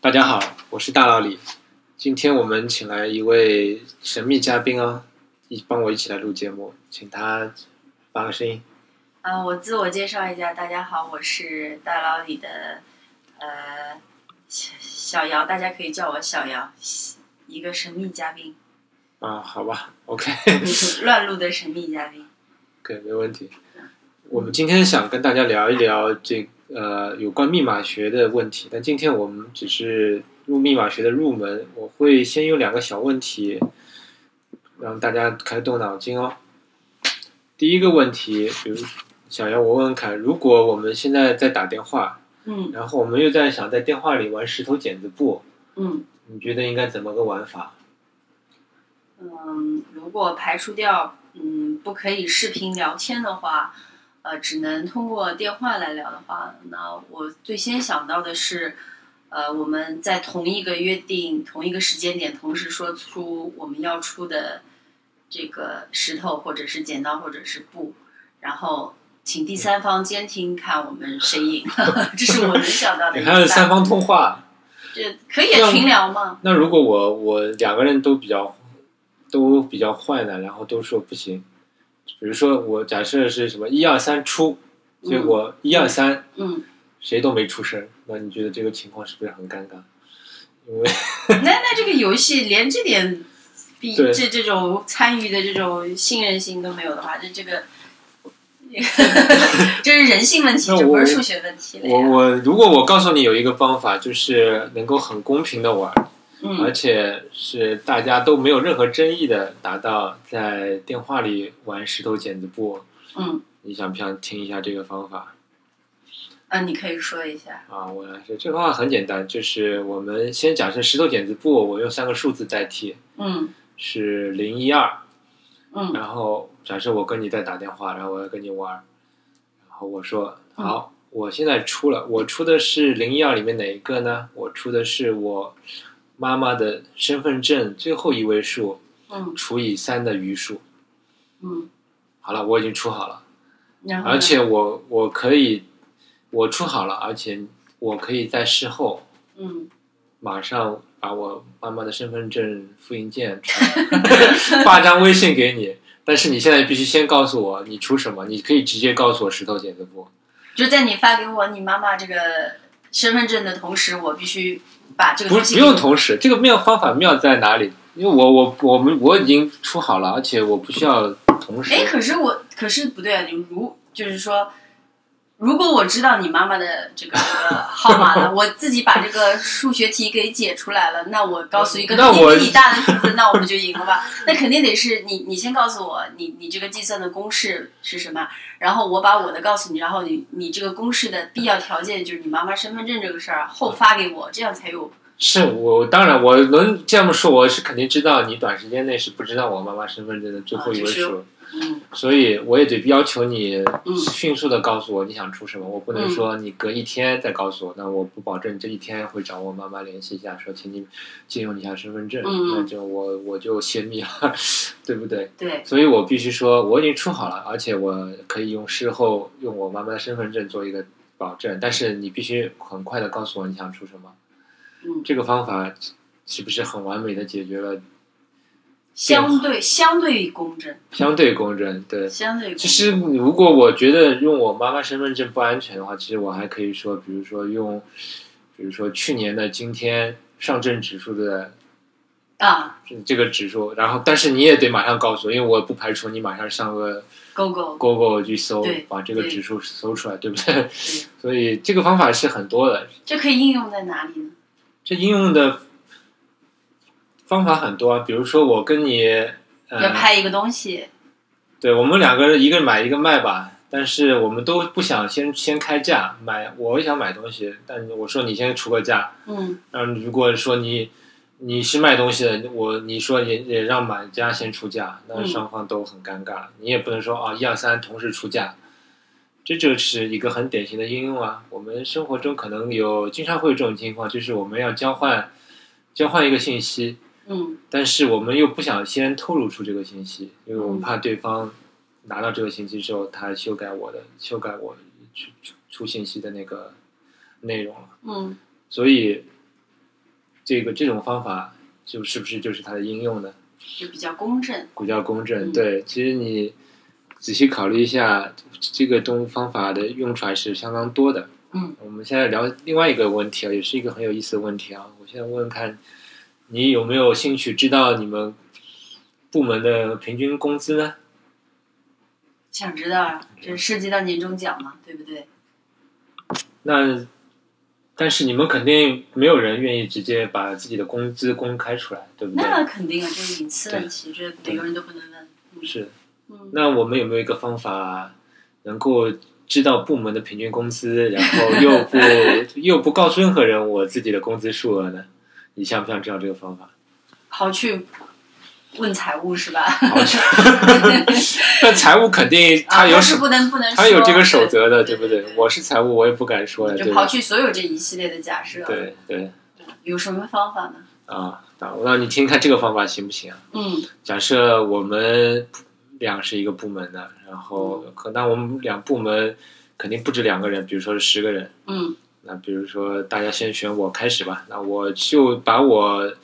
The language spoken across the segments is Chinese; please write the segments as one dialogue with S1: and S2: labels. S1: 大家好，我是大老李。今天我们请来一位神秘嘉宾哦，一帮我一起来录节目，请他发个声音。
S2: 啊、我自我介绍一下，大家好，我是大老李的呃小小姚，大家可以叫我小姚，一个神秘嘉宾，
S1: 啊，好吧，OK，
S2: 乱录的神秘嘉宾。
S1: 对，没问题。我们今天想跟大家聊一聊这呃有关密码学的问题，但今天我们只是入密码学的入门，我会先有两个小问题让大家开动脑筋哦。第一个问题，比如想要我问问看，如果我们现在在打电话，
S2: 嗯
S1: 然后我们又在想在电话里玩石头剪子布，
S2: 嗯
S1: 你觉得应该怎么个玩法？
S2: 嗯，如果排除掉嗯不可以视频聊天的话，呃，只能通过电话来聊的话，那我最先想到的是。呃，我们在同一个约定、同一个时间点，同时说出我们要出的这个石头，或者是剪刀，或者是布，然后请第三方监听，看我们谁赢。 这是我能想到的
S1: 你
S2: 一
S1: 还有
S2: 个
S1: 三
S2: 办法。
S1: 方通话，
S2: 这可以啊群聊吗？
S1: 那如果我我两个人都比较都比较坏呢，然后都说不行，比如说我假设是什么一二三出，结果一二三
S2: 嗯，
S1: 谁都没出声，那你觉得这个情况是不是很尴尬？因为
S2: 那那这个游戏连这点比
S1: 对
S2: 这这种参与的这种信任性都没有的话，这这 个。这是人性问题，
S1: 那
S2: 这不
S1: 我
S2: 是数学问题了
S1: 我
S2: 呀。
S1: 我如果我告诉你有一个方法，就是能够很公平的玩，而
S2: 嗯
S1: 且是大家都没有任何争议的达到在电话里玩石头剪子布，
S2: 嗯，
S1: 你想不想听一下这个方法？
S2: 啊，你可以说一下。
S1: 啊，我来说，这个方法很简单，就是我们先假设石头剪子布，我用三个数字代替，
S2: 嗯
S1: 是零一二。
S2: 嗯
S1: 然后假设我跟你在打电话，然后我要跟你玩儿，然后我说
S2: 嗯
S1: 好，我现在出了，我出的是零一二里面哪一个呢？我出的是我妈妈的身份证最后一位数
S2: 嗯
S1: 除以三的余数。
S2: 嗯，
S1: 好了，我已经出好了，
S2: 然后呢
S1: 而且我我可以我出好了，而且我可以在事后
S2: 嗯，
S1: 马上把我妈妈的身份证复印件 传，发张微信给你。但是你现在必须先告诉我你出什么，你可以直接告诉我石头剪子布。
S2: 就在你发给我你妈妈这个身份证的同时，我必须把这个
S1: 不
S2: 东西
S1: 不用
S2: 给你
S1: 同时，这个妙方法妙在哪里？因为我我我们我已经出好了，而且我不需要同时。
S2: 哎，可是我可是不对啊！你如就是说，如果我知道你妈妈的这个这个号码 了，我自己把这个数学题给解出来了，那我告诉一个
S1: 那我
S2: 比你大的数字，那我不就赢了吧？ 那肯定得是你，你先告诉我你你这个计算的公式是什么，然后我把我的告诉你，然后你你这个公式的必要条件就是你妈妈身份证这个事儿啊后发给我，这样才有。
S1: 是我当然我能这么说，我是肯定知道你短时间内是不知道我妈妈身份证的最后一位
S2: 啊就是
S1: 数，
S2: 嗯
S1: 所以我也得要求你
S2: 嗯
S1: 迅速的告诉我你想出什么，我不能
S2: 嗯
S1: 说你隔一天再告诉我，那我不保证这一天会找我妈妈联系一下，说请你借用一下身份证，
S2: 嗯
S1: 那就我我就泄密了， 对不对？
S2: 对，
S1: 所以我必须说我已经出好了，而且我可以用事后用我妈妈的身份证做一个保证，但是你必须很快的告诉我你想出什么。
S2: 嗯，
S1: 这个方法是不是很完美的解决了
S2: 相对相对于公正，
S1: 相对公正？对，
S2: 相对于公
S1: 其
S2: 正
S1: 实，如果我觉得用我妈妈身份证不安全的话，其实我还可以说，比如说用，比如说去年的今天上证指数的
S2: 啊，
S1: 这个指数，然后但是你也得马上告诉我，因为我不排除你马上上个
S2: 勾勾。
S1: Google 去搜
S2: 对，
S1: 把这个
S2: 对
S1: 指数搜出来，对不对？
S2: 对
S1: 所以这个方法是很多的，
S2: 这可以应用在哪里呢？
S1: 这应用的方法很多啊，比如说我跟你，呃、
S2: 要拍一个东西，
S1: 对我们两个人，一个人买一个卖吧，但是我们都不想先先开价买。我想买东西，但我说你先出个价。
S2: 嗯
S1: 嗯，如果说你你是卖东西的，我你说也也让买家先出价，那
S2: 嗯
S1: 双方都很尴尬。你也不能说啊一二三同时出价，这就是一个很典型的应用啊。我们生活中可能有经常会有这种情况，就是我们要交换交换一个信息，
S2: 嗯
S1: 但是我们又不想先透露出这个信息，因为我们怕对方拿到这个信息之后，他修改我的修改我出出出信息的那个内容了。
S2: 嗯
S1: 所以这个这种方法就是不是就是它的应用呢？
S2: 就比较公正。
S1: 比较公正。
S2: 嗯
S1: 对，其实你仔细考虑一下，这个东方法的用处还是相当多的。
S2: 嗯，
S1: 我们现在聊另外一个问题啊，也是一个很有意思的问题啊。我现在问问看，你有没有兴趣知道你们部门的平均工资呢？
S2: 想知道啊，这涉及到年终奖嘛，对不对？
S1: 那但是你们肯定没有人愿意直接把自己的工资公开出来，对不对？
S2: 那肯定啊，这是隐私问题，这每个人都不能问。
S1: 是。
S2: 嗯，
S1: 那我们有没有一个方法能够知道部门的平均工资，然后又 不又不告诉任何人我自己的工资数额呢？你想不想知道这个方 法？
S2: 跑去问财务是吧？
S1: 好 像但财务肯定他有
S2: 啊、是
S1: 手，
S2: 不能不能说，
S1: 他有这个守则的，对不
S2: 对
S1: 对？我是财务，我也不敢说呀，对
S2: 就
S1: 吧
S2: 刨？去所有这一系列的假设，
S1: 对对
S2: 有什么方法呢？
S1: 啊，那我让你听看这个方法行不行啊？
S2: 嗯
S1: 假设我们俩是一个部门的，然后可那我们两部门肯定不止两个人，比如说是十个人。
S2: 嗯
S1: 那比如说，大家先选我开始吧。那我就把我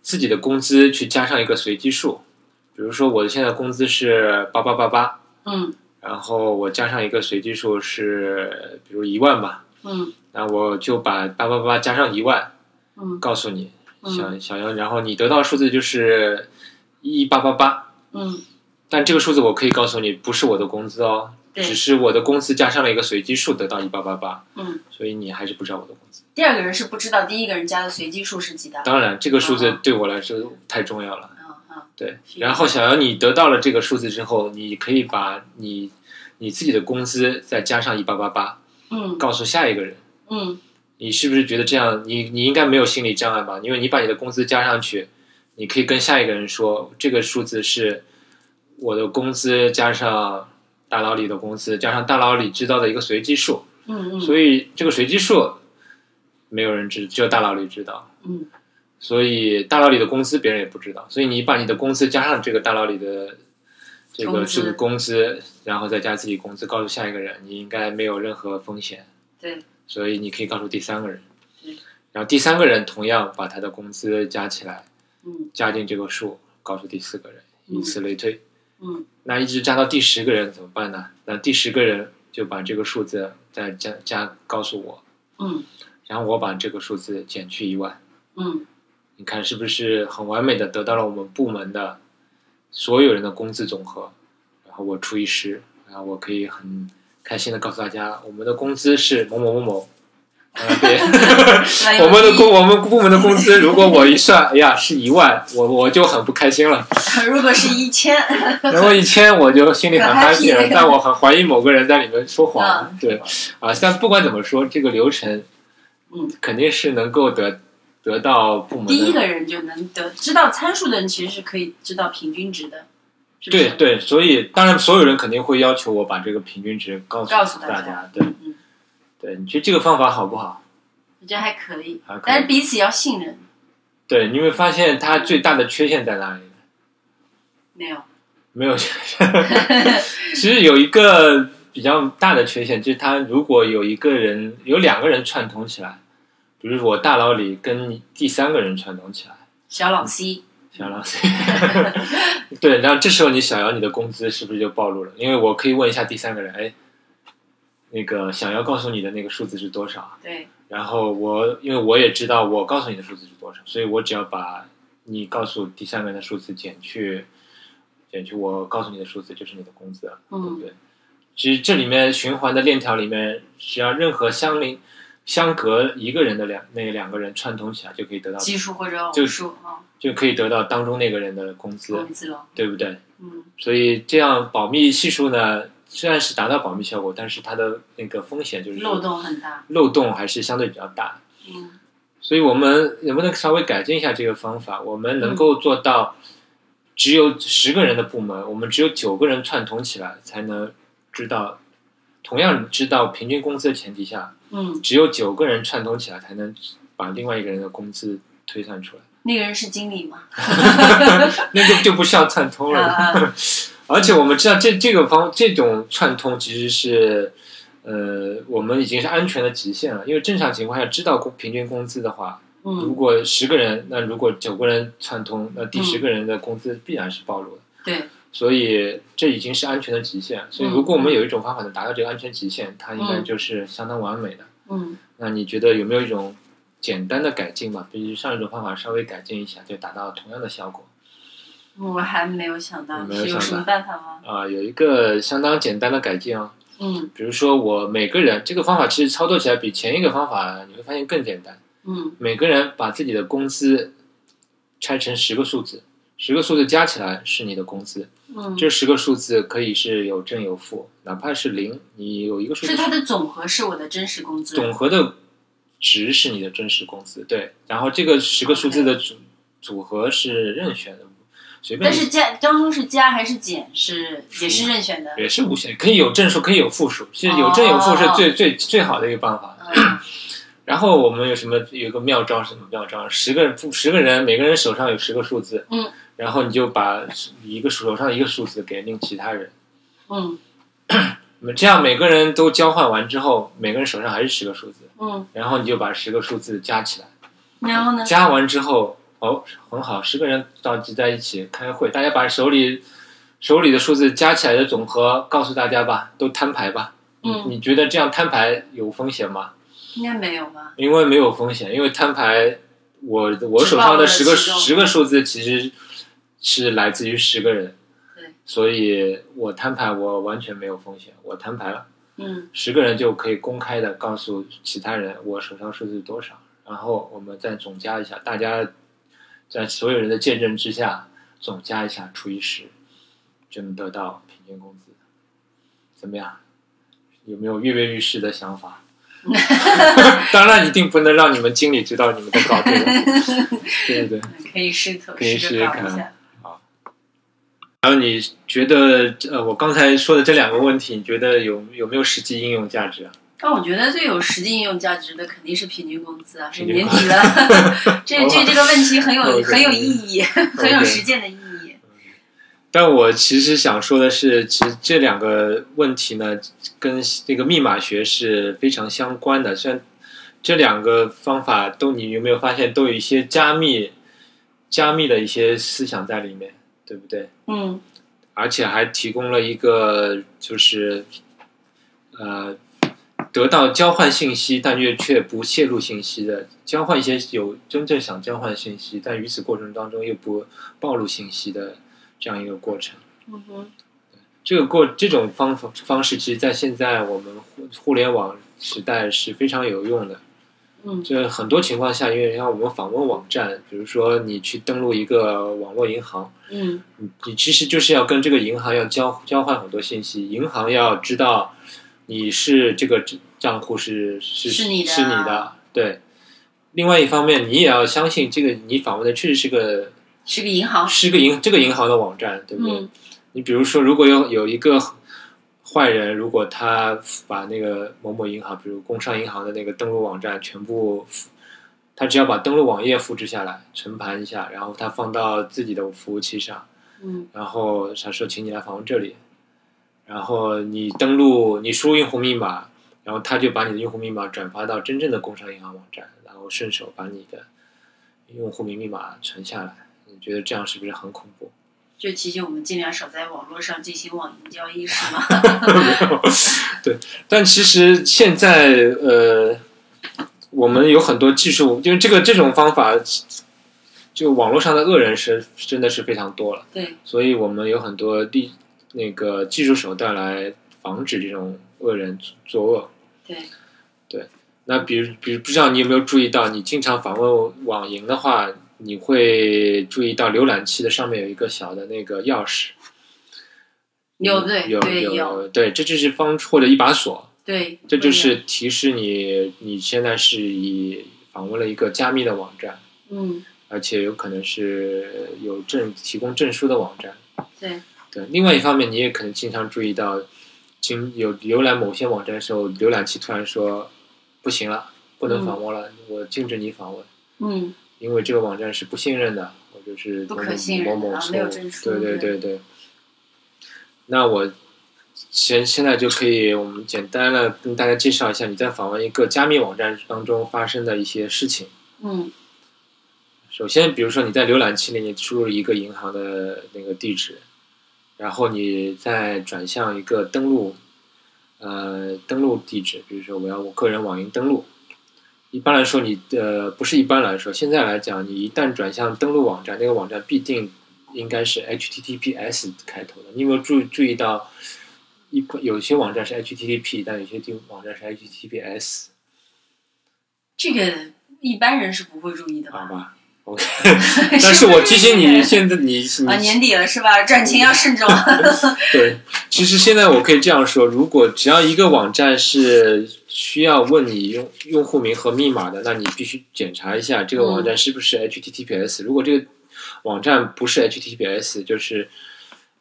S1: 自己的工资去加上一个随机数，比如说我现在工资是八八八八，
S2: 嗯
S1: 然后我加上一个随机数是，比如一万吧。
S2: 嗯
S1: 那我就把八八八加上一万，
S2: 嗯
S1: 告诉你，
S2: 嗯
S1: 想想要，然后你得到的数字就是一八八八。
S2: 嗯，
S1: 但这个数字我可以告诉你，不是我的工资哦，
S2: 对
S1: 只是我的工资加上了一个随机数得到一八八八。
S2: 嗯，
S1: 所以你还是不知道我的工资。
S2: 第二个人是不知道第一个人加的随机数是几的。
S1: 当然，这个数字
S2: 嗯
S1: 对我来说太重要了。
S2: 嗯嗯
S1: 对，
S2: 是
S1: 然后小姚，你得到了这个数字之后，你可以把你你自己的工资再加上一八八八，
S2: 嗯
S1: 告诉下一个人。
S2: 嗯
S1: 你是不是觉得这样？你你应该没有心理障碍吧？因为你把你的工资加上去，你可以跟下一个人说，这个数字是我的工资加上大佬里的工资加上大佬里知道的一个随机数，
S2: 嗯嗯，
S1: 所以这个随机数没有人知，只有大佬里知道。
S2: 嗯
S1: 所以大佬里的工资别人也不知道，所以你把你的工资加上这个大佬里的这个
S2: 工资
S1: 这个工资，然后再加自己工资，告诉下一个人，你应该没有任何风险，
S2: 对，
S1: 所以你可以告诉第三个人
S2: 对，
S1: 然后第三个人同样把他的工资加起来，
S2: 嗯
S1: 加进这个数，告诉第四个人，
S2: 嗯
S1: 以此类推。
S2: 嗯
S1: 那一直加到第十个人怎么办呢？那第十个人就把这个数字再加加告诉我，
S2: 嗯
S1: 然后我把这个数字减去一万。
S2: 嗯
S1: 你看是不是很完美的得到了我们部门的所有人的工资总和？然后我除以十，然后我可以很开心的告诉大家，我们的工资是某某某某。呃， 对，
S2: 嗯，
S1: 我们的工我们部门的工资，如果我一算，哎呀是一万，我我就很不开心 了。
S2: 如果是一千，
S1: 然后一千我就心里很 happy 了
S2: happy，
S1: 但我很怀疑某个人在里面说谎
S2: 嗯。
S1: 对，啊，但不管怎么说，这个流程，
S2: 嗯，
S1: 肯定是能够得得到部门的
S2: 第一个人就能得知道参数的人，其实是可以知道平均值的，是不
S1: 对
S2: 是？
S1: 对，所以当然，所有人肯定会要求我把这个平均值告诉
S2: 告诉大
S1: 大
S2: 家
S1: 家。对
S2: 嗯，
S1: 对，你觉得这个方法好不好？
S2: 我觉得还可以，
S1: 还可
S2: 但是
S1: 以。
S2: 彼此要信任。
S1: 对，你会发现它
S2: 嗯
S1: 最大的缺陷在哪里？
S2: 没有，
S1: 没有缺 陷。其实有一个比较大的缺陷，就是它如果有一个人、有两个人串通起来，比如说我大佬里跟第三个人串通起来，
S2: 小
S1: 嗯
S2: 老 C，
S1: 小姚， 对，然后这时候你小姚你的工资是不是就暴露了？因为我可以问一下第三个人，哎，那个小姚告诉你的那个数字是多少？
S2: 对，
S1: 然后我因为我也知道我告诉你的数字是多少，所以我只要把你告诉第三个人的数字减去减去我告诉你的数字，就是你的工资了，对不
S2: 嗯
S1: 对？其实这里面循环的链条里面，只要任何相邻相隔一个人的两那两个人串通起来，就可以得到
S2: 基数或者
S1: 就
S2: 偶数啊，
S1: 就可以得到当中那个人的工资。
S2: 工资了，
S1: 对不对？
S2: 嗯
S1: 所以这样保密系数呢，虽然是达到保密效果，但是它的那个风险就是
S2: 漏洞很大，
S1: 漏洞还是相对比较大。
S2: 嗯
S1: 所以我们能不能稍微改进一下这个方法？我们能够做
S2: 嗯
S1: 到只有十个人的部门，我们只有九个人串通起来才能知道，同样知道平均工资的前提下，
S2: 嗯，
S1: 只有九个人串通起来才能把另外一个人的工资推算出来，
S2: 那个人是经理吗？
S1: 那就就不需要串通
S2: 啊
S1: 了。
S2: 啊，
S1: 而且我们知道这这个方这种串通其实是，呃，我们已经是安全的极限了。因为正常情况下知道工平均工资的话，如
S2: 嗯，
S1: 果十个人，那如果九个人串通，那第十个人的工资必然是暴露的。
S2: 对，
S1: 所以这已经是安全的极限。
S2: 嗯
S1: 所以如果我们有一种方法能达到这个安全极限，它应该就是相当完美的。
S2: 嗯
S1: 那你觉得有没有一种简单的改进吧？比上一种方法稍微改进一下，就达到同样的效果？
S2: 我还没有想到，
S1: 没有
S2: 是有
S1: 想
S2: 什么
S1: 到
S2: 办法吗？
S1: 啊、有一个相当简单的改进哦，
S2: 嗯
S1: 比如说我每个人这个方法其实操作起来比前一个方法你会发现更简单。
S2: 嗯
S1: 每个人把自己的工资拆成十个数字，十个数字加起来是你的工资。
S2: 嗯，
S1: 这十个数字可以是有正有负，哪怕是零，你有一个数字
S2: 是它的总和是我的真实工资。
S1: 总和的值是你的真实工资，对。然后这个十个数字的组组合是任选的，随便
S2: 但
S1: 你
S2: 是加当中是加还是减是也是
S1: 是
S2: 任选的，
S1: 也是无限，可以有正数，可以有负数，是有正有负是最、最最好的一个办法。
S2: 嗯
S1: 然后我们有什么有个妙招？什么妙招？十个人，十个人，每个人手上有十个数字，
S2: 嗯，
S1: 然后你就把一个手上一个数字给另其他人，
S2: 嗯
S1: 那么这样每个人都交换完之后，每个人手上还是十个数字，
S2: 嗯，
S1: 然后你就把十个数字加起来。
S2: 然后呢？
S1: 加完之后，哦，很好，十个人召集在一起开会，大家把手里手里的数字加起来的总和告诉大家吧，都摊牌吧。
S2: 嗯，
S1: 你觉得这样摊牌有风险吗？
S2: 应该没有吧？
S1: 因为没有风险，因为摊牌，我我手上的十个
S2: 只报了其
S1: 十
S2: 中
S1: 个数字其实是来自于十个人
S2: 对，
S1: 所以我摊牌我完全没有风险，我摊牌了。
S2: 嗯
S1: 十个人就可以公开的告诉其他人我手上数字多少，然后我们再总加一下，大家在所有人的见证之下总加一下除以十，就能得到平均工资。怎么样？有没有跃跃欲试的想 法？当然，一定不能让你们经理知道你们在搞这个，对不对？
S2: 可以试图
S1: 可以试
S2: 试
S1: 试
S2: 着搞
S1: 看
S2: 一下。
S1: 然后你觉得，呃，我刚才说的这两个问题，你觉得有有没有实际应用价值啊？
S2: 但我觉得最有实际应用价值的肯定是平均工资啊，是
S1: 平均
S2: 年
S1: 工资
S2: 底了， 这这这个问题很有很有意义， 很有实践的意义。
S1: 但我其实想说的是，其实这两个问题呢，跟这个密码学是非常相关的。虽然这两个方法都，你有没有发现都有一些加密、加密的一些思想在里面，对不对？
S2: 嗯
S1: 而且还提供了一个就是，呃，得到交换信息，但却却不泄露信息的，交换一些有真正想交换信息，但于此过程当中又不暴露信息的这样一个过程。
S2: 嗯哼
S1: 这个过这种方法方式，其实在现在我们互互联网时代是非常有用的。
S2: 嗯
S1: 这很多情况下，因为像我们访问网站，比如说你去登录一个网络银行，
S2: 嗯
S1: 你你其实就是要跟这个银行要交交换很多信息，银行要知道你是这个账户是是
S2: 是你的啊
S1: 是你的，对。另外一方面，你也要相信这个你访问的确实是个
S2: 是个银行。
S1: 是个银这个银行的网站，对不对？
S2: 嗯
S1: 你比如说，如果有有一个坏人，如果他把那个某某银行，比如工商银行的那个登录网站全部复，他只要把登录网页复制下来、存盘一下，然后他放到自己的服务器上，
S2: 嗯
S1: 然后他说请你来访问这里，然后你登录，你输入用户密码，然后他就把你的用户密码转发到真正的工商银行网站，然后顺手把你的用户名密码存下来。你觉得这样是不是很恐怖？
S2: 就提醒我们尽量少在网络上进行网银交易，是吗？
S1: 对，但其实现在呃，我们有很多技术，因为这个这种方法，就网络上的恶人是真的是非常多了，
S2: 对，
S1: 所以我们有很多力那个技术手段来防止这种恶人作恶。
S2: 对，
S1: 那比如，比如不知道你有没有注意到，你经常访问网银的话，你会注意到浏览器的上面有一个小的那个钥匙，嗯
S2: 有对
S1: 有
S2: 对有
S1: 有，对，这就是方或者一把锁，
S2: 对，
S1: 这就是提示你，你现在是以访问了一个加密的网站，
S2: 嗯
S1: 而且有可能是有证提供证书的网站。
S2: 对，
S1: 对，另外一方面，你也可能经常注意到，经有浏览某些网站的时候，浏览器突然说不行了，不能访问了，我禁止你访问，
S2: 嗯
S1: 因为这个网站是不信任的，或者是
S2: 不可信任的
S1: 某某
S2: 啊
S1: 错
S2: 没有
S1: 误
S2: 证书
S1: 对对
S2: 对
S1: 对对。那我现现在就可以，我们简单的跟大家介绍一下你在访问一个加密网站当中发生的一些事情。
S2: 嗯
S1: 首先，比如说你在浏览器里，你输入一个银行的那个地址，然后你再转向一个登录，呃，登录地址，比如说我要我个人网银登录。一般来说你，呃不是一般来说，现在来讲，你一旦转向登录网站，那个网站必定应该是 HTTPS 开头的。你有没有注注意到，一般有些网站是 HTTP，但有些地网站是 HTTPS，
S2: 这个一般人是不会注意的
S1: 好
S2: 吧？
S1: 吧？OK，但 是我提醒你，现在你你
S2: 啊，年底了是 吧？转钱要慎重。
S1: 嗯对，其实现在我可以这样说：如果只要一个网站是需要问你用用户名和密码的，那你必须检查一下这个网站是不是 HTTPS、如果这个网站不是 HTTPS，就是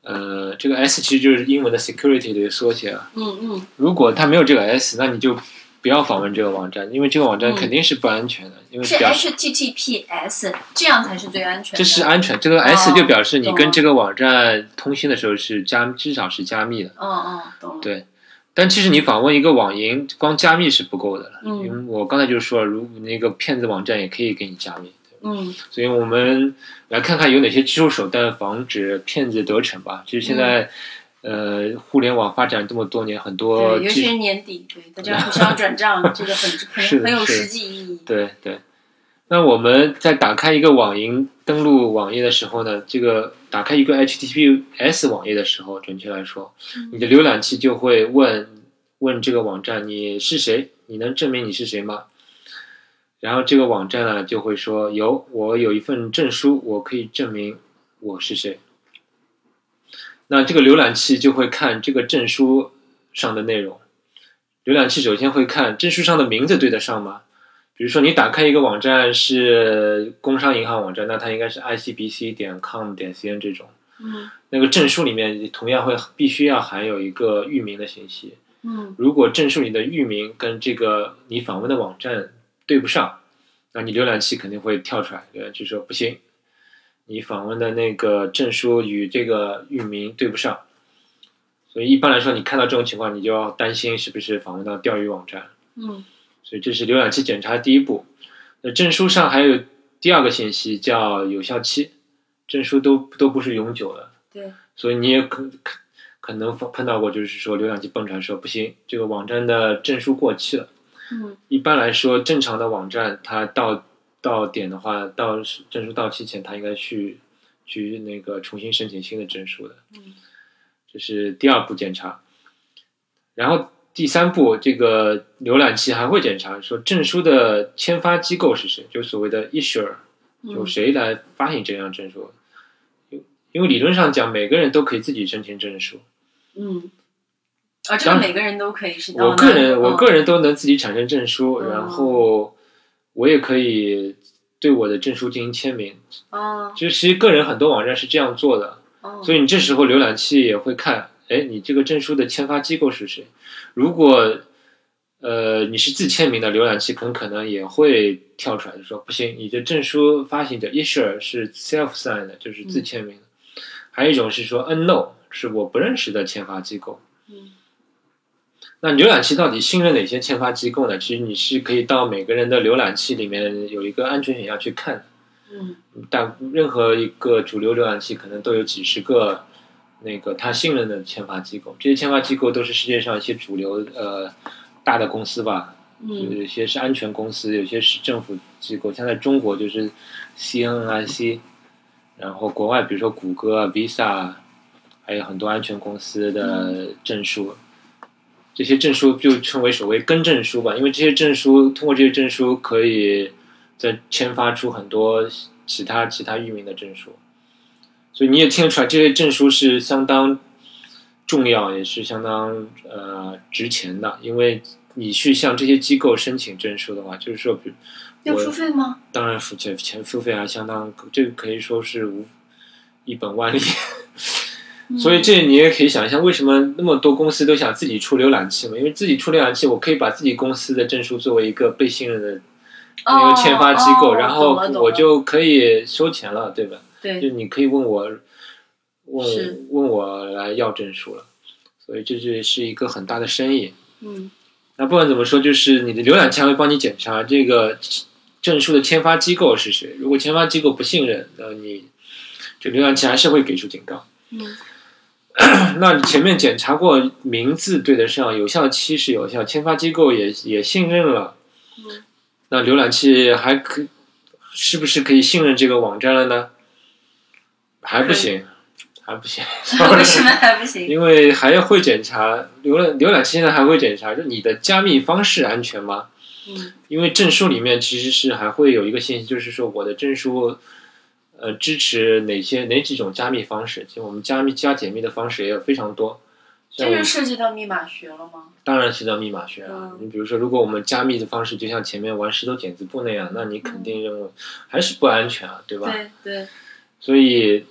S1: 呃，这个 S 其实就是英文的 security 的缩写啊。
S2: 嗯嗯
S1: 如果它没有这个 S，那你就不要访问这个网站，因为这个网站肯定嗯是不安全的，因为
S2: 是
S1: 表示
S2: HTTPS，这样才是最安全的。
S1: 这是安全。这个 S 就表示你跟这个网站通信的时候是加，至少是加密的。
S2: 嗯嗯，懂了。
S1: 对但其实你访问一个网银，光加密是不够的了。
S2: 嗯
S1: 因为我刚才就说了，如那个骗子网站也可以给你加密。对吧
S2: 嗯
S1: 所以我们来看看有哪些技术手段防止骗子得逞吧。其实
S2: 嗯
S1: 现在，呃，互联网发展这么多年，很多
S2: 对，尤
S1: 技
S2: 其是年底，对大家互相 转账，这个很
S1: 是
S2: 很
S1: 的
S2: 很有
S1: 是的
S2: 实际意义。
S1: 对对。那我们在打开一个网银登录网页的时候呢，这个打开一个 HTTPS 网页的时候，准确来说，
S2: 嗯
S1: 你的浏览器就会问问这个网站你是谁？你能证明你是谁吗？然后这个网站呢就会说有，我有一份证书，我可以证明我是谁。那这个浏览器就会看这个证书上的内容。浏览器首先会看证书上的名字对得上吗？比如说你打开一个网站是工商银行网站，那它应该是 icbc 点 com 点 cn 这种。
S2: 嗯
S1: 那个证书里面同样会必须要含有一个域名的信息。
S2: 嗯
S1: 如果证书里的域名跟这个你访问的网站对不上，那你浏览器肯定会跳出来，浏览器说不行，你访问的那个证书与这个域名对不上。所以一般来说，你看到这种情况，你就要担心是不是访问到钓鱼网站。
S2: 嗯
S1: 所以这是浏览器检查第一步。那证书上还有第二个信息叫有效期，证书都都不是永久的，
S2: 对，
S1: 所以你也可可可能碰碰到过，就是说浏览器蹦出来说不行，这个网站的证书过期了。
S2: 嗯
S1: 一般来说，正常的网站它到到点的话，到证书到期前，它应该去去那个重新申请新的证书的。
S2: 嗯
S1: 这是第二步检查。然后第三步，这个浏览器还会检查说证书的签发机构是谁，就所谓的 issuer，有
S2: 嗯
S1: 谁来发行这样证书？因因为理论上讲，每个人都可以自己申请证书。
S2: 嗯。啊，这
S1: 当
S2: 个
S1: 然
S2: 每个人都可以是。
S1: 我个人，我
S2: 人
S1: 个人都能自己产生证书，
S2: 嗯
S1: 然后我也可以对我的证书进行签名。
S2: 啊，
S1: 就其实个人很多网站是这样做的，
S2: 哦
S1: 所以你这时候浏览器也会看，哎，你这个证书的签发机构是谁？如果呃你是自签名的，浏览器很可能也会跳出来就说不行，你的证书发行者 issuer 是 self sign 的，就是自签名的。还有一种是说 unknown，是我不认识的签发机构。
S2: 嗯
S1: 那浏览器到底信任哪些签发机构呢？其实你是可以到每个人的浏览器里面有一个安全选项去看的
S2: 嗯
S1: 但任何一个主流浏览器可能都有几十个那个他信任的签发机构，这些签发机构都是世界上一些主流呃大的公司吧，
S2: 嗯
S1: 有些是安全公司，有些是政府机构，像在中国就是 CNIC，然后国外比如说谷歌啊、Visa，啊还有很多安全公司的证书。这些证书就称为所谓根证书吧，因为这些证书通过这些证书可以再签发出很多其他其他域名的证书，所以你也听得出来，这些证书是相当重要，也是相当呃值钱的，因为你去向这些机构申请证书的话，就是说，比如
S2: 要
S1: 我
S2: 付费吗？
S1: 当然付钱钱付费还相当，这个可以说是无一本万利。
S2: 嗯
S1: 所以这你也可以想象，为什么那么多公司都想自己出浏览器嘛？因为自己出浏览器，我可以把自己公司的证书作为一个被信任的那
S2: 哦
S1: 个签发机构，
S2: 哦
S1: 然后
S2: 懂了懂了
S1: 我就可以收钱了，对吧？就
S2: 对，
S1: 你可以问我，
S2: 是
S1: 问问我来要证书了，所以这就是一个很大的生意。
S2: 嗯
S1: 那不管怎么说，就是你的浏览器还会帮你检查这个证书的签发机构是谁。如果签发机构不信任，那你这浏览器还是会给出警告。
S2: 嗯
S1: 那前面检查过名字对得上，有效期是有效，签发机构也也信任了，
S2: 嗯
S1: 那浏览器还可是不是可以信任这个网站了呢？还不行，还不行，
S2: 为 什么还不行？
S1: 因为还要会检查浏览浏览器现在还会检查，就你的加密方式安全吗？
S2: 嗯
S1: 因为证书里面其实是还会有一个信息，就是说我的证书，呃，支持哪些哪几种加密方式？其实我们加密加解密的方式也有非常多。像
S2: 这
S1: 我们
S2: 就涉及到密码学了吗？
S1: 当然是叫密码学啊。
S2: 嗯
S1: 你比如说，如果我们加密的方式就像前面玩石头剪子布那样，那你肯定认为还是不安全啊，对吧？
S2: 嗯对对，
S1: 所以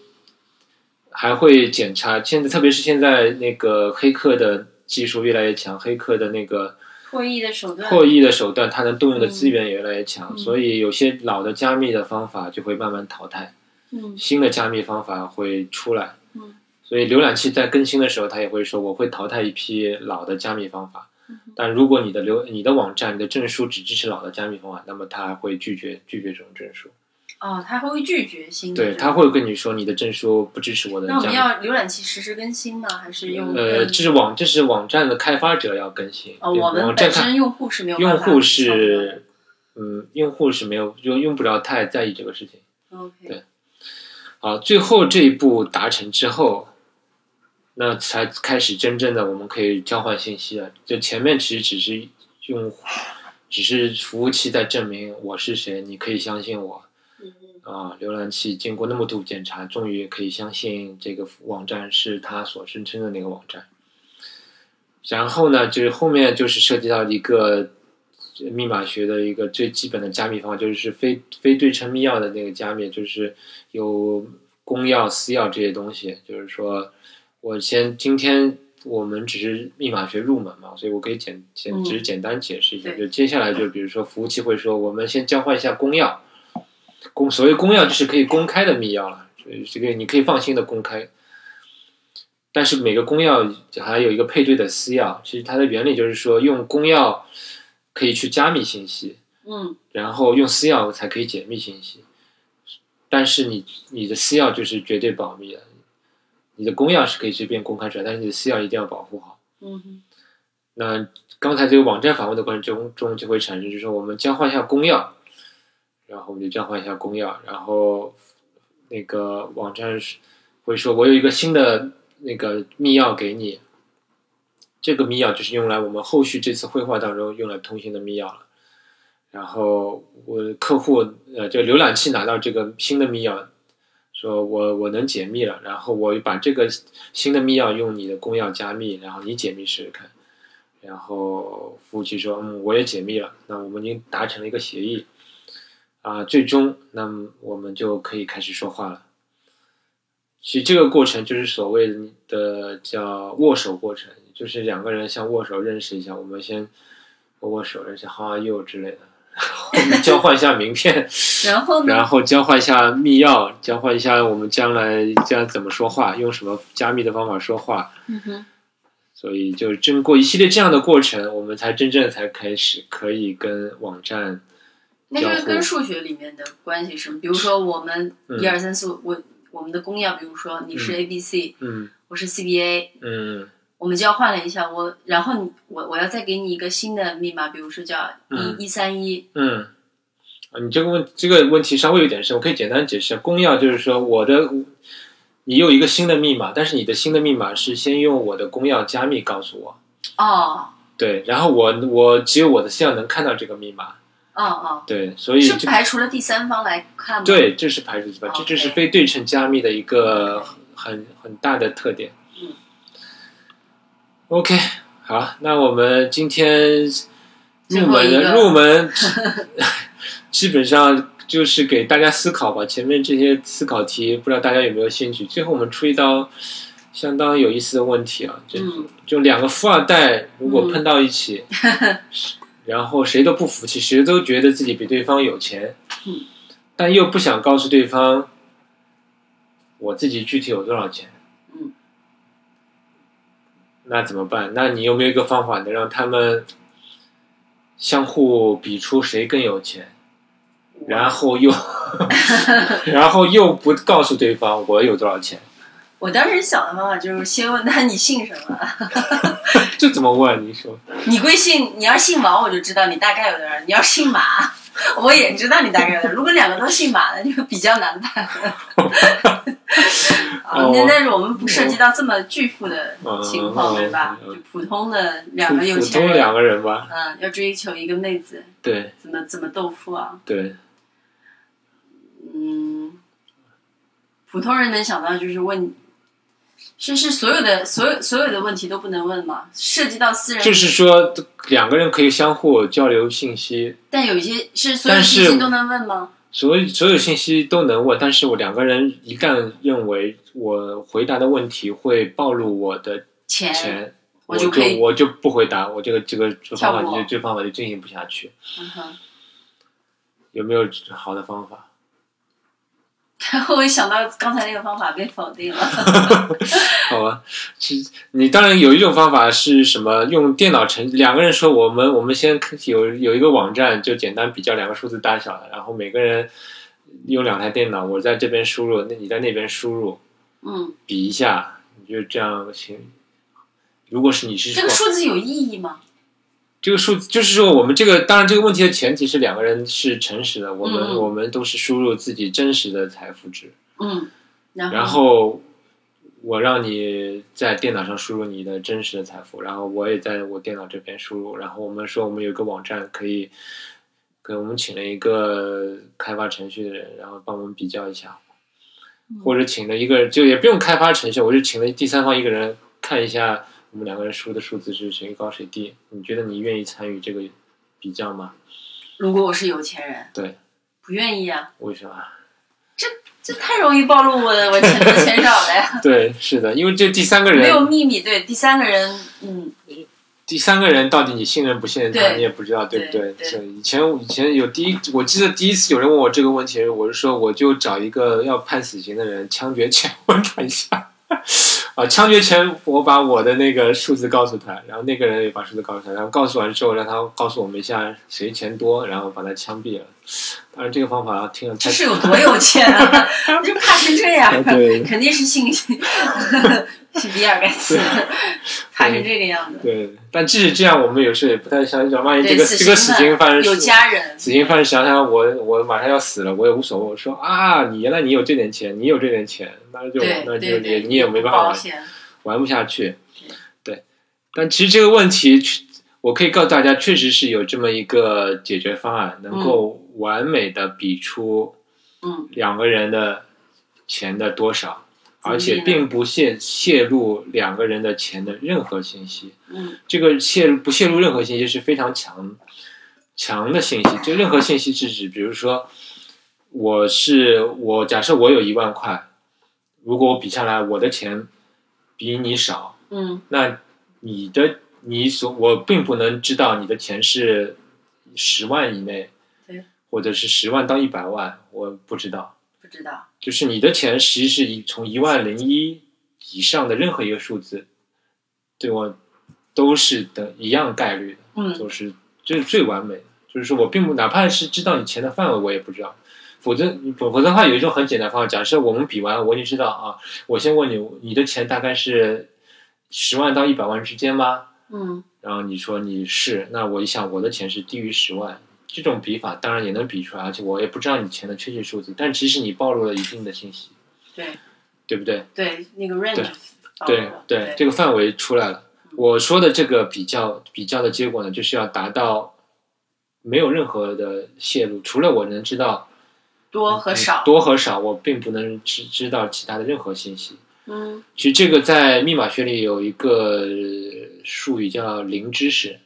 S1: 还会检查。现在特别是现在那个黑客的技术越来越强，黑客的那个
S2: 破译的手段。
S1: 破译的手段，它能动用的资源也越来越强，
S2: 嗯
S1: 所以有些老的加密的方法就会慢慢淘汰，
S2: 嗯
S1: 新的加密方法会出来。
S2: 嗯
S1: 所以浏览器在更新的时候，它也会说我会淘汰一批老的加密方法。
S2: 嗯
S1: 但如果你的流、你的网站、你的证书只支持老的加密方法，那么他会拒绝拒绝这种证书。
S2: 哦，他会拒绝新的。
S1: 对，他。会跟你说你的证书不支持我的
S2: 嗯那我
S1: 加
S2: 们
S1: 密。
S2: 要浏览器实时更新吗？还是用
S1: 呃，这是网这是网站的开发者要更新，
S2: 哦，
S1: 对
S2: 我们
S1: 网站
S2: 本
S1: 开
S2: 身用户是没有办
S1: 用户
S2: 法操作的
S1: 是，嗯，用户是没有用用不着太在意这个事情。
S2: OK，
S1: 对好，最后这一步达成之后，那才开始真正的我们可以交换信息了。就前面其实只是用，只是服务器在证明我是谁，你可以相信我
S2: 嗯嗯
S1: 啊。浏览器经过那么多检查，终于可以相信这个网站是他所声称的那个网站。然后呢，就是后面就是涉及到一个密码学的一个最基本的加密方法，就是非非对称密钥的那个加密，就是有公钥、私钥这些东西。就是说我先今天我们只是密码学入门嘛，所以我可以简简
S2: 嗯
S1: 只是简单解释一下。
S2: 对
S1: 就接下来就比如说服务器会说，我们先交换一下公钥，公所谓公钥就是可以公开的密钥了，就是这个你可以放心的公开。但是每个公钥还有一个配对的私钥，其实它的原理就是说，用公钥可以去加密信息，
S2: 嗯
S1: 然后用私钥才可以解密信息。但是你你的私钥就是绝对保密的，你的公钥是可以随便公开出来，但是你的私钥一定要保护好。
S2: 嗯嗯
S1: 那刚才这个网站访问的过程中中就会产生，就是说我们交换一下公钥，然后我们就交换一下公钥，然后那个网站是会说我有一个新的那个密钥给你，这个密钥就是用来我们后续这次绘画当中用来通信的密钥了。然后我客户呃，就浏览器拿到这个新的密钥，说我我能解密了，然后我把这个新的密钥用你的公钥加密，然后你解密试试看。然后服务器说，嗯，我也解密了，那我们已经达成了一个协议，啊、最终那么我们就可以开始说话了。其实这个过程就是所谓的叫握手过程，就是两个人像握手认识一下，我们先握握手，认识 How are you 之类的，我们交换一下名片，
S2: 然后呢？
S1: 然后交换一下密钥，交换一下我们将来将怎么说话，用什么加密的方法说话，
S2: 嗯哼，
S1: 所以就是经过一系列这样的过程，我们才真正才开始可以跟网站，
S2: 那这
S1: 交
S2: 个
S1: 互
S2: 跟数学里面的关系是什么？比如说我们
S1: 嗯
S2: 一二三四，我我们的公钥，比如说你是
S1: 嗯
S2: A B C，
S1: 嗯
S2: 我是 C B A，
S1: 嗯
S2: 我们交换了一下，我然后你我我要再给你一个新的密码，比如说叫
S1: 嗯
S2: 一一三一，
S1: 嗯，啊你这个问这个问题稍微有点深，我可以简单解释。公钥就是说我的，你有一个新的密码，但是你的新的密码是先用我的公钥加密告诉我，
S2: 哦
S1: 对，然后我我只有我的私钥能看到这个密码，
S2: 哦哦，
S1: 对，所以这
S2: 是排除了第三方来看吗？，
S1: 对，这是排除法，这
S2: OK
S1: 就是非对称加密的一个
S2: OK
S1: 很很大的特点。
S2: 嗯
S1: OK，好，那我们今天
S2: 最
S1: 入
S2: 后
S1: 门
S2: 一
S1: 的
S2: 个
S1: 入 门基本上就是给大家思考吧。前面这些思考题，不知道大家有没有兴趣？最后我们出一道相当有意思的问题啊，就、
S2: 嗯
S1: 就两个富二代如果
S2: 嗯
S1: 碰到一起，然后谁都不服气，谁都觉得自己比对方有钱，
S2: 嗯
S1: 但又不想告诉对方我自己具体有多少钱，
S2: 嗯，
S1: 那怎么办？那你有没有一个方法能让他们相互比出谁更有钱？然后又 然后又不告诉对方我有多少钱，
S2: 我当时想的方法就是先问他你姓什么，
S1: 这怎么问？你说
S2: 你归姓，你要姓王我就知道你大概有多少，你要姓马我也知道你大概有多少。如果两个都姓马的，就比较难办。 啊，那
S1: 哦
S2: 但是我们不涉及到这么巨富的情况，
S1: 嗯
S2: 对吧？
S1: 嗯
S2: 就普通的两
S1: 普
S2: 个有
S1: 普
S2: 钱
S1: 通两个
S2: 人，
S1: 人吧？
S2: 嗯，要追求一个妹子，
S1: 对
S2: 怎么怎么豆腐啊？
S1: 对，
S2: 嗯，普通人能想到就是问，是是所有的所有所有的问题都不能问吗？涉及到私人，
S1: 就是说两个人可以相互交流信息，
S2: 但有一些是所有
S1: 但
S2: 信
S1: 是
S2: 息都能问吗？
S1: 所有所有信息都能问，但是我两个人一旦认为我回答的问题会暴露我的
S2: 钱，
S1: 钱，
S2: 我
S1: 我
S2: 就
S1: 就
S2: 可以
S1: 我就不回答，我这个这个这方法
S2: 跳过
S1: 就这方法就进行不下去。
S2: 嗯哼，
S1: 有没有好的方法？
S2: 然后我想到刚才那个方法被否定了，
S1: 好吧，是你当然有一种方法是什么？用电脑程两个人说我们我们先有有一个网站，就简单比较两个数字大小的，然后每个人用两台电脑，我在这边输入，那你在那边输入，
S2: 嗯，
S1: 比一下，你就这样行。如果是你是
S2: 这个
S1: 说
S2: 数字有意义吗？
S1: 这个数，就是说我们这个当然这个问题的前提是两个人是诚实的，我们、
S2: 嗯
S1: 我们都是输入自己真实的财富值。
S2: 嗯，然后
S1: 然后我让你在电脑上输入你的真实的财富，然后我也在我电脑这边输入，然后我们说我们有一个网站可以，给我们请了一个开发程序的人，然后帮我们比较一下，
S2: 嗯
S1: 或者请了一个就也不用开发程序，我就请了第三方一个人看一下我们两个人输的数字是谁高谁低，你觉得你愿意参与这个比较吗？
S2: 如果我是有钱人，
S1: 对，
S2: 不愿意啊，
S1: 为什么？
S2: 这太容易暴露我的我钱多钱少了 呀，
S1: 对，是的，因为这第三个人
S2: 没有秘密。对，第三个人，嗯，
S1: 第三个人到底你信任不信任他，
S2: 对
S1: 你也不知道，对不
S2: 对对
S1: 是以前以前有第一，我记得第一次有人问我这个问题，我是说我就找一个要判死刑的人，枪决前 问他一下。啊，枪决前我把我的那个数字告诉他，然后那个人也把数字告诉他，然后告诉完之后让他告诉我们一下谁钱多，然后把他枪毙了。当然这个方法听了太
S2: 这是有多有钱啊？就怕成这样，
S1: 对
S2: 肯定是信是比尔盖茨，怕成这个样子。
S1: 对，但即使这样，我们有时候也不太相信，万一这
S2: 对，
S1: 个
S2: 死
S1: 这个死刑犯是
S2: 有家人，
S1: 死刑犯想想我我马上要死了，我也无所谓。我说啊，你原来你有这点钱，你有这点钱，那就
S2: 对
S1: 那就
S2: 对
S1: 你
S2: 对，
S1: 你也没办
S2: 保
S1: 法
S2: 险
S1: 玩不下去。
S2: 嗯
S1: 对，但其实这个问题，确我可以告诉大家，确实是有这么一个解决方案，能够完美的比出
S2: 嗯
S1: 两个人的钱的多少，
S2: 怎么
S1: 而且
S2: 比呢
S1: 并不泄泄露两个人的钱的任何信息。
S2: 嗯
S1: 这个泄露不泄露任何信息是非常强强的信息。就任何信息是指，比如说，我是我假设我有一万块，如果我比下来我的钱比你少，
S2: 嗯
S1: 那你的你所我并不能知道你的钱是十万以内
S2: 对，
S1: 或者是十万到一百万，我不知道。
S2: 不知道
S1: 就是你的钱实际是一从一万零一以上的任何一个数字，对我都是等一样概率的，
S2: 嗯
S1: 就是这是最完美的。就是说我并不哪怕是知道你钱的范围，我也不知道。否则否否则的话，有一种很简单的方法，假设我们比完，我已经知道啊，我先问你，你的钱大概是十万到一百万之间吗？
S2: 嗯
S1: 然后你说你是，那我一想我的钱是低于十万，这种比法当然也能比出来，而且我也不知道你钱的确切数字，但其实你暴露了一定的信息，
S2: 对
S1: 对不对？
S2: 对那个 range 暴露
S1: 对
S2: 了嗯
S1: 对，这个范围出来了。我说的这个比较比较的结果呢，就是要达到没有任何的泄露，除了我能知道
S2: 多和少
S1: 嗯多和少，我并不能知知道其他的任何信息。
S2: 嗯
S1: 其实这个在密码学里有一个呃术语叫零知识，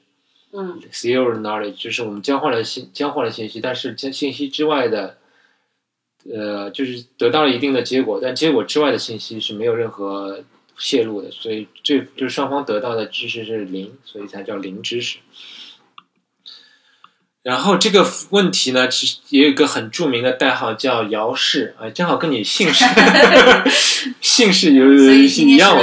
S2: 嗯
S1: zero knowledge，就是我们交换了信交换了信息，但是这信息之外的，呃，就是得到了一定的结果，但结果之外的信息是没有任何泄露的，所以这就是双方得到的知识是零，所以才叫零知识。然后这个问题呢，其实也有一个很著名的代号叫姚氏，哎，正好跟你姓 氏姓氏有
S2: 所以今
S1: 一
S2: 天
S1: 样，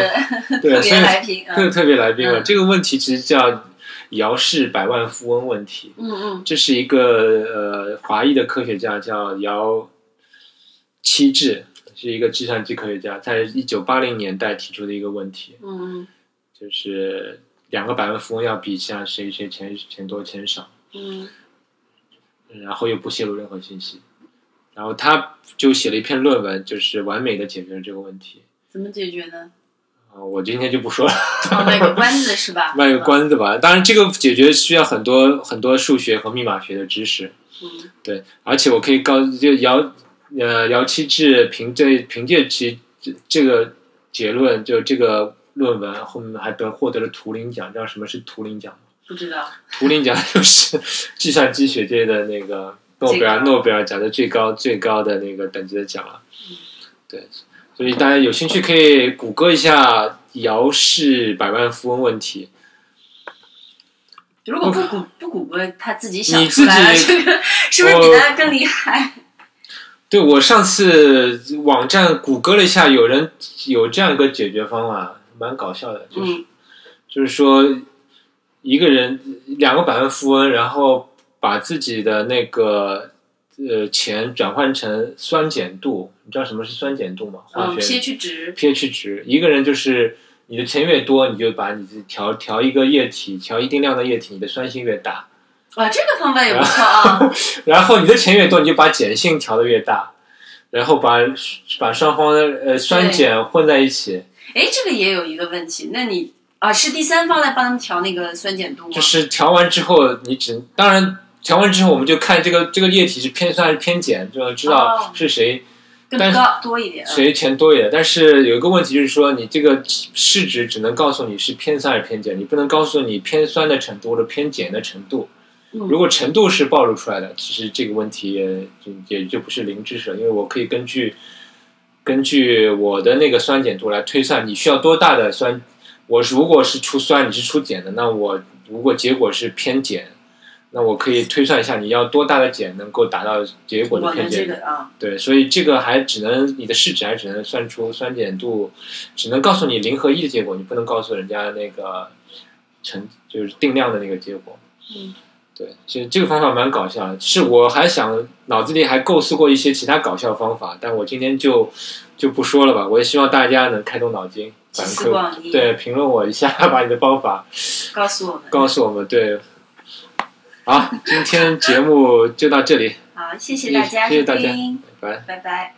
S2: 是
S1: 对，
S2: 特
S1: 所
S2: 别
S1: 以
S2: 来宾
S1: 特
S2: 嗯
S1: 特别来宾了。
S2: 嗯
S1: 这个问题其实叫姚氏百万富翁问题。
S2: 嗯嗯
S1: 这是一个呃华裔的科学家叫姚七智，是一个计算机科学家，在一九八零年代提出的一个问题，
S2: 嗯
S1: 就是两个百万富翁要比一下谁谁钱钱多钱少，
S2: 嗯
S1: 然后又不泄露任何信息，然后他就写了一篇论文，就是完美的解决了这个问题。
S2: 怎么解决呢？
S1: 啊，我今天就不说了，
S2: 哦，卖个关子是吧？
S1: 卖个关子吧。当然，这个解决需要很多很多数学和密码学的知识。
S2: 嗯。
S1: 对，而且我可以告就姚呃姚期智凭这凭借其这这个结论，就这个论文后面还得获得了图灵奖。知道什么是图灵奖吗？
S2: 不知道。
S1: 图灵奖就是 计算机学界的那个诺贝尔
S2: 最高
S1: 诺贝尔奖的最高最高的那个等级的奖了。
S2: 嗯
S1: 对，所以大家有兴趣可以谷歌一下姚氏百万富翁问题。
S2: 如果不谷不谷歌，他自己
S1: 你
S2: 想
S1: 自
S2: 出来了，
S1: 己
S2: 这个是不是比他更厉害？
S1: 对我上次网站谷歌了一下，有人有这样一个解决方案，蛮搞笑的，就是、
S2: 嗯
S1: 就是说一个人两个百万富翁，然后把自己的那个呃钱转换成酸碱度，你知道什么是酸碱度吗？化
S2: 嗯
S1: 学
S2: ，pH 值
S1: pH 值，一个人就是。你的钱越多，你就把你自己调调一个液体，调一定量的液体，你的酸性越大。
S2: 啊，这个方法也不错啊。
S1: 然后你的钱越多，你就把碱性调的越大，然后把把双方的呃酸碱混在一起，
S2: 哎，这个也有一个问题，那你啊是第三方来帮他们调那个酸碱度吗？
S1: 就是调完之后，你只当然调完之后，我们就看这个这个液体是偏酸还是偏碱，就知道
S2: 哦
S1: 是谁、但
S2: 更
S1: 是
S2: 高多一点。啊
S1: 谁钱多一点。但是有一个问题就是说，你这个试值只能告诉你是偏酸还是偏碱，你不能告诉你偏酸的程度或者偏碱的程度。
S2: 嗯
S1: 如果程度是暴露出来的，其实这个问题也就也就不是零知识了，因为我可以根据根据我的那个酸碱度来推算你需要多大的酸。我如果是出酸，你是出碱的，那我如果结果是偏碱，那我可以推算一下你要多大的碱能够达到结果的
S2: 我
S1: 偏
S2: 们
S1: 碱。
S2: 这个啊，
S1: 对，所以这个还只能你的试纸还只能算出酸碱度，只能告诉你零和一的结果，你不能告诉人家那个成就是定量的那个结果。
S2: 嗯，
S1: 对，所以这个方法蛮搞笑的。是我还想脑子里还构思过一些其他搞笑方法，但我今天就就不说了吧。我也希望大家能开动脑筋，
S2: 集
S1: 反
S2: 思
S1: 馈
S2: 广益，
S1: 对评论我一下， 把你的方法
S2: 告诉我们。
S1: 告诉我们。对，好，今天节目就到这里，
S2: 好，谢谢大家
S1: 谢谢
S2: 收
S1: 大家
S2: 听，
S1: 拜拜。
S2: 拜拜。